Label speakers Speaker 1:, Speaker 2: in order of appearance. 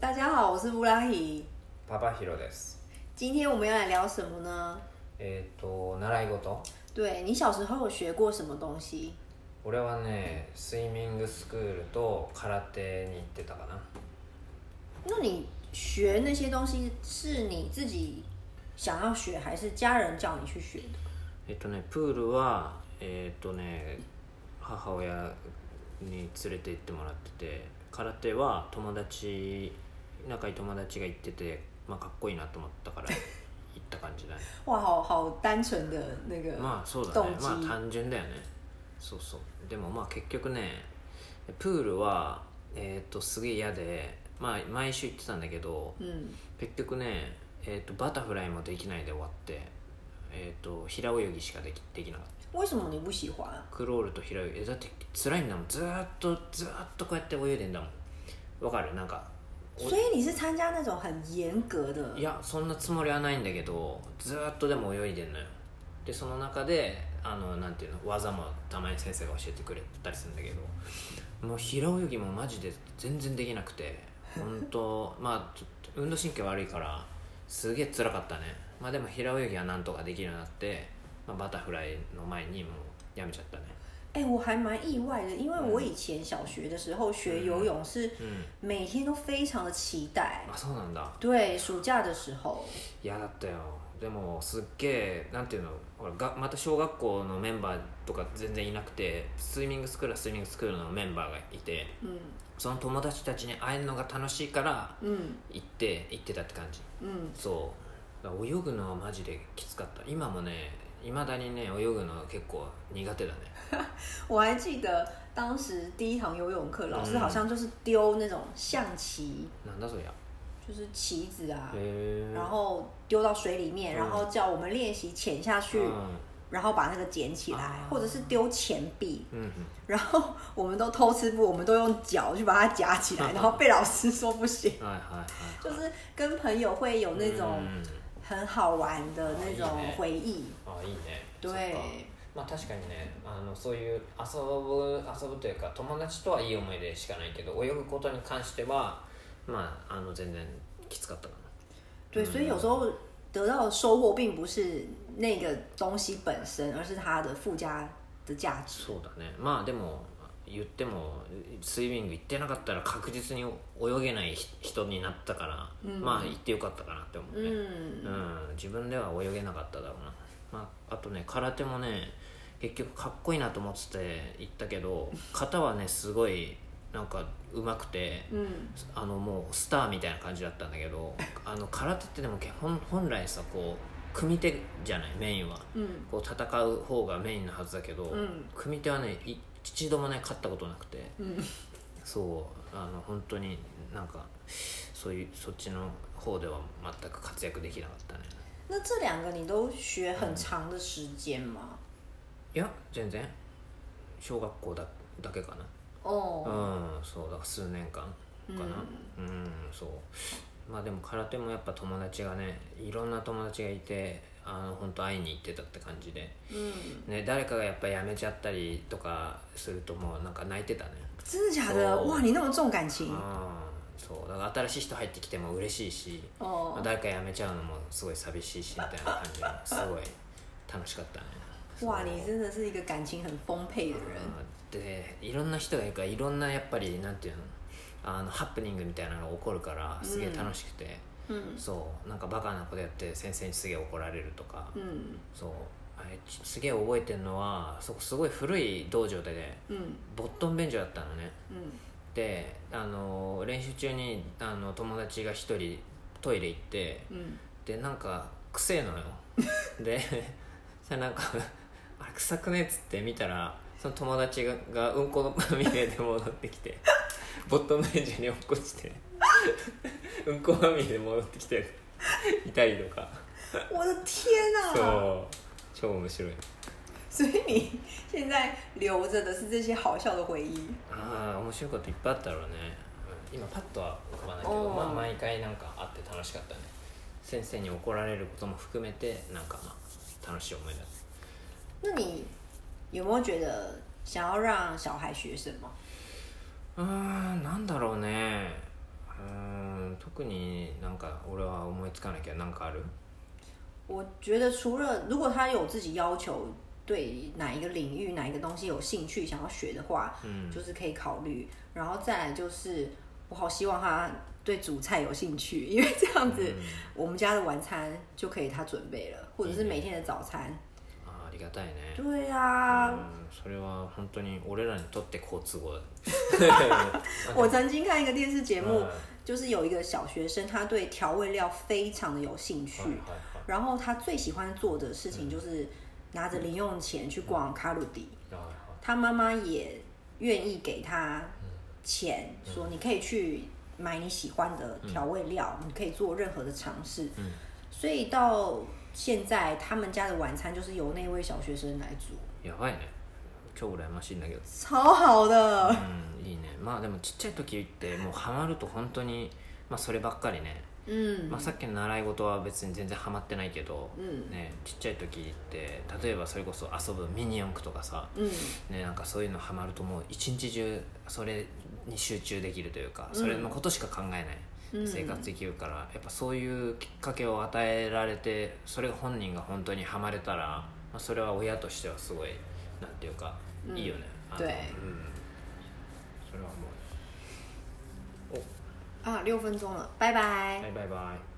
Speaker 1: 大家好，我是布拉希。
Speaker 2: パパヒロです。
Speaker 1: 今天我们要来聊什么呢？
Speaker 2: えっ、と習い事。
Speaker 1: 对你小时候有学过什么东西？
Speaker 2: 俺はねスイミングスクールと空手に行ってたかな。
Speaker 1: 那你学那些东西是你自己想要学，还是家人叫你去学的？
Speaker 2: えっ、とねプールはえっ、とね母親に連れて行ってもらってて、空手は友達仲いい友達が行ってて、まあかっこいいなと思ったから行った感じだね。
Speaker 1: 哇，好好单纯的那个。
Speaker 2: まあそうだね
Speaker 1: 動機
Speaker 2: まあ単純だよねそうそうでもまあ結局ねプールはえっ、とすげえ嫌でまあ毎週行ってたんだけど
Speaker 1: 嗯，
Speaker 2: 結局ねえっ、とバタフライもできないで終わってえっ、と平泳ぎしかできできなかった
Speaker 1: 为什么你不喜欢啊？
Speaker 2: クロールと平泳ぎえだって辛いんだもんずーっとずーっとこうやって泳いでんだもんわかるなんかお
Speaker 1: 所以你是参加那种很严格的
Speaker 2: い？やそんなつもりはないんだけどずーっとでも泳いでんのよでその中であのなんていうの技もたまに先生が教えてくれたりするんだけどもう平泳ぎもマジで全然できなくて本当 まあちょっと運動神経悪いからすげえ辛かったねまあでも平泳ぎはなんとかできるようになって、まあ、バタフライの前にもうやめちゃったね
Speaker 1: 哎、我还蛮意外的，因为我以前小学的时候学游泳是
Speaker 2: うん
Speaker 1: 每天都非常的期待。
Speaker 2: あそうなんだ
Speaker 1: 对，暑假的时候，
Speaker 2: 嫌だったよでもすっげえなんていうのほらがまた小学校のメンバーとか全然いなくてスイミングスクールはスイミングスクールのメンバーがいて
Speaker 1: 嗯
Speaker 2: その友達たちに会えるのが楽しいから
Speaker 1: 嗯
Speaker 2: 行って行ってたって感じ
Speaker 1: 嗯，
Speaker 2: そうだから泳ぐのはマジできつかった今もねいまだにね泳ぐの結構苦手だね
Speaker 1: 我还记得当时第一堂游泳课，老师好像就是丢那种象棋，
Speaker 2: なんだそりゃ
Speaker 1: 就是棋子啊
Speaker 2: へ，え
Speaker 1: 然后丢到水里面，
Speaker 2: 嗯
Speaker 1: 然后叫我们练习潜下去，然后把那个捡起来
Speaker 2: 啊，
Speaker 1: 或者是丢钱币，
Speaker 2: うん、うん
Speaker 1: 然后我们都偷吃不，我们都用脚去把它夹起来，然后被老师说不行。
Speaker 2: うん、はいはいはい
Speaker 1: 就是跟朋友会有那种
Speaker 2: うん
Speaker 1: 很好玩的那种回忆，
Speaker 2: あいいね
Speaker 1: 对
Speaker 2: そっかまあ確かにねあのそういう遊ぶ遊ぶというか友達とはいい思い出しかないけど泳ぐことに関してはまああの全然きつかったか
Speaker 1: 对，所以有时候得到的收获并不是那个东西本身，而是它的附加的价
Speaker 2: な
Speaker 1: 值。
Speaker 2: そうだねまあでも言ってもスイミング行ってなかったら確実に泳げない人人になったから、まあ行ってよかったかなって思うね、
Speaker 1: 嗯，
Speaker 2: うん、自分では泳げなかっただろうな、まあ、あとね空手もね結局かっこいいなと思ってて行ったけど型はねすごいなんかうまくて、
Speaker 1: 嗯
Speaker 2: あのもうスターみたいな感じだったんだけどあの空手ってでもけ本本来さこう組手じゃないメインは
Speaker 1: 嗯
Speaker 2: こう戦う方がメインのはずだけど、
Speaker 1: ん
Speaker 2: 組手はねい一度もね勝ったことなくて
Speaker 1: 嗯，
Speaker 2: そうあの本当になんかそういうそっちの方では全く活躍できなかったね
Speaker 1: 那这两个你都学很长的时间吗？
Speaker 2: いや全然小学校だだけかな
Speaker 1: 哦，
Speaker 2: うんそうだから数年間かなうん、そうまあでも空手もやっぱ友達がねいろんな友達がいてあの本当会いに行ってたって感じで、
Speaker 1: 嗯，
Speaker 2: ね、誰かがやっぱ辞めちゃったりとかするともうなんか泣いてたね
Speaker 1: 真的假的？
Speaker 2: 哦啊
Speaker 1: 哇，你那么重感情
Speaker 2: うんそうだから新しい人入ってきても嬉しいし、まあ
Speaker 1: 哦！
Speaker 2: 誰か辞めちゃうのもすごい寂しいしみたいな感じですごい楽しかったね
Speaker 1: 哇，
Speaker 2: そう
Speaker 1: 你真的是一个感情很丰沛的人。
Speaker 2: でいろんな人がいるからいろんなやっぱりなんていうのあのハプニングみたいなのが起こるからすげえ楽しくて、
Speaker 1: 嗯
Speaker 2: そうなんかバカなことやって先生にすげえ怒られるとか、
Speaker 1: 嗯
Speaker 2: そうあれちすげえ覚えてるのはそこすごい古い道場でね
Speaker 1: 嗯
Speaker 2: ボットン便所だったのね
Speaker 1: 嗯
Speaker 2: であの練習中にあの友達が一人トイレ行って
Speaker 1: 嗯，
Speaker 2: でなんか臭えのよでそれなんか「あれ臭くね」っつって見たらその友達ががうんこのまみれで戻ってきてボットのエンジンに落っこちてうんこまみれで戻ってきていたりとか
Speaker 1: 我的天哪、
Speaker 2: そう超面白い
Speaker 1: 所以你现在留着的是这些好笑的回忆。
Speaker 2: ああ面白いこといっぱいあったろうねうん今パッとは浮かばないけど、
Speaker 1: おー
Speaker 2: まあ、毎回なんかあって楽しかったね先生に怒られることも含めてなんかまあ楽しい思い出だった
Speaker 1: 那你有没有觉得想要让小孩学什么？
Speaker 2: うーんなんだろうねうーん特になんか俺は思いつかなきゃなんかある
Speaker 1: 我觉得除了如果他有自己要求，对哪一个领域、哪一个东西有兴趣，想要学的话，
Speaker 2: 嗯
Speaker 1: 就是可以考虑。然后再来就是，我好希望他对煮菜有兴趣，因为这样子、我们家的晚餐就可以他准备了，或者是每天的早餐。
Speaker 2: あーありがたいね
Speaker 1: 对啊，
Speaker 2: うんそれは本当に俺らにとって好都合だ
Speaker 1: 我曾经看一个电视节目，
Speaker 2: はい
Speaker 1: 就是有一个小学生，他对调味料非常的有兴趣。
Speaker 2: はいはい
Speaker 1: 然后他最喜欢做的事情就是拿着零用钱去逛卡路迪，
Speaker 2: はいはい
Speaker 1: 他妈妈也愿意给他钱，说你可以去买你喜欢的调味料，你可以做任何的尝试。
Speaker 2: 嗯
Speaker 1: 所以到现在，他们家的晚餐就是由那位小学生来煮，
Speaker 2: やばいね超羨ましいんだけど
Speaker 1: 超好的。
Speaker 2: うんいいねまあでもちっちゃい時ってもうハマると本当にまあそればっかりね、
Speaker 1: 嗯
Speaker 2: まあ、さっきの習い事は別に全然ハマってないけど、
Speaker 1: 嗯
Speaker 2: ね、ちっちゃい時って例えばそれこそ遊ぶミニ四駆とかさ、
Speaker 1: 嗯
Speaker 2: ね、なんかそういうのハマるともう一日中それに集中できるというかそれのことしか考えない、
Speaker 1: うん
Speaker 2: 生活できるからやっぱそういうきっかけを与えられてそれが本人が本当にハマれたら、まあ、それは親としてはすごいなんていうか、
Speaker 1: うん
Speaker 2: いいよねあの
Speaker 1: 对
Speaker 2: うん、それはも
Speaker 1: 啊，六分钟了，拜拜。
Speaker 2: うバイバイバイ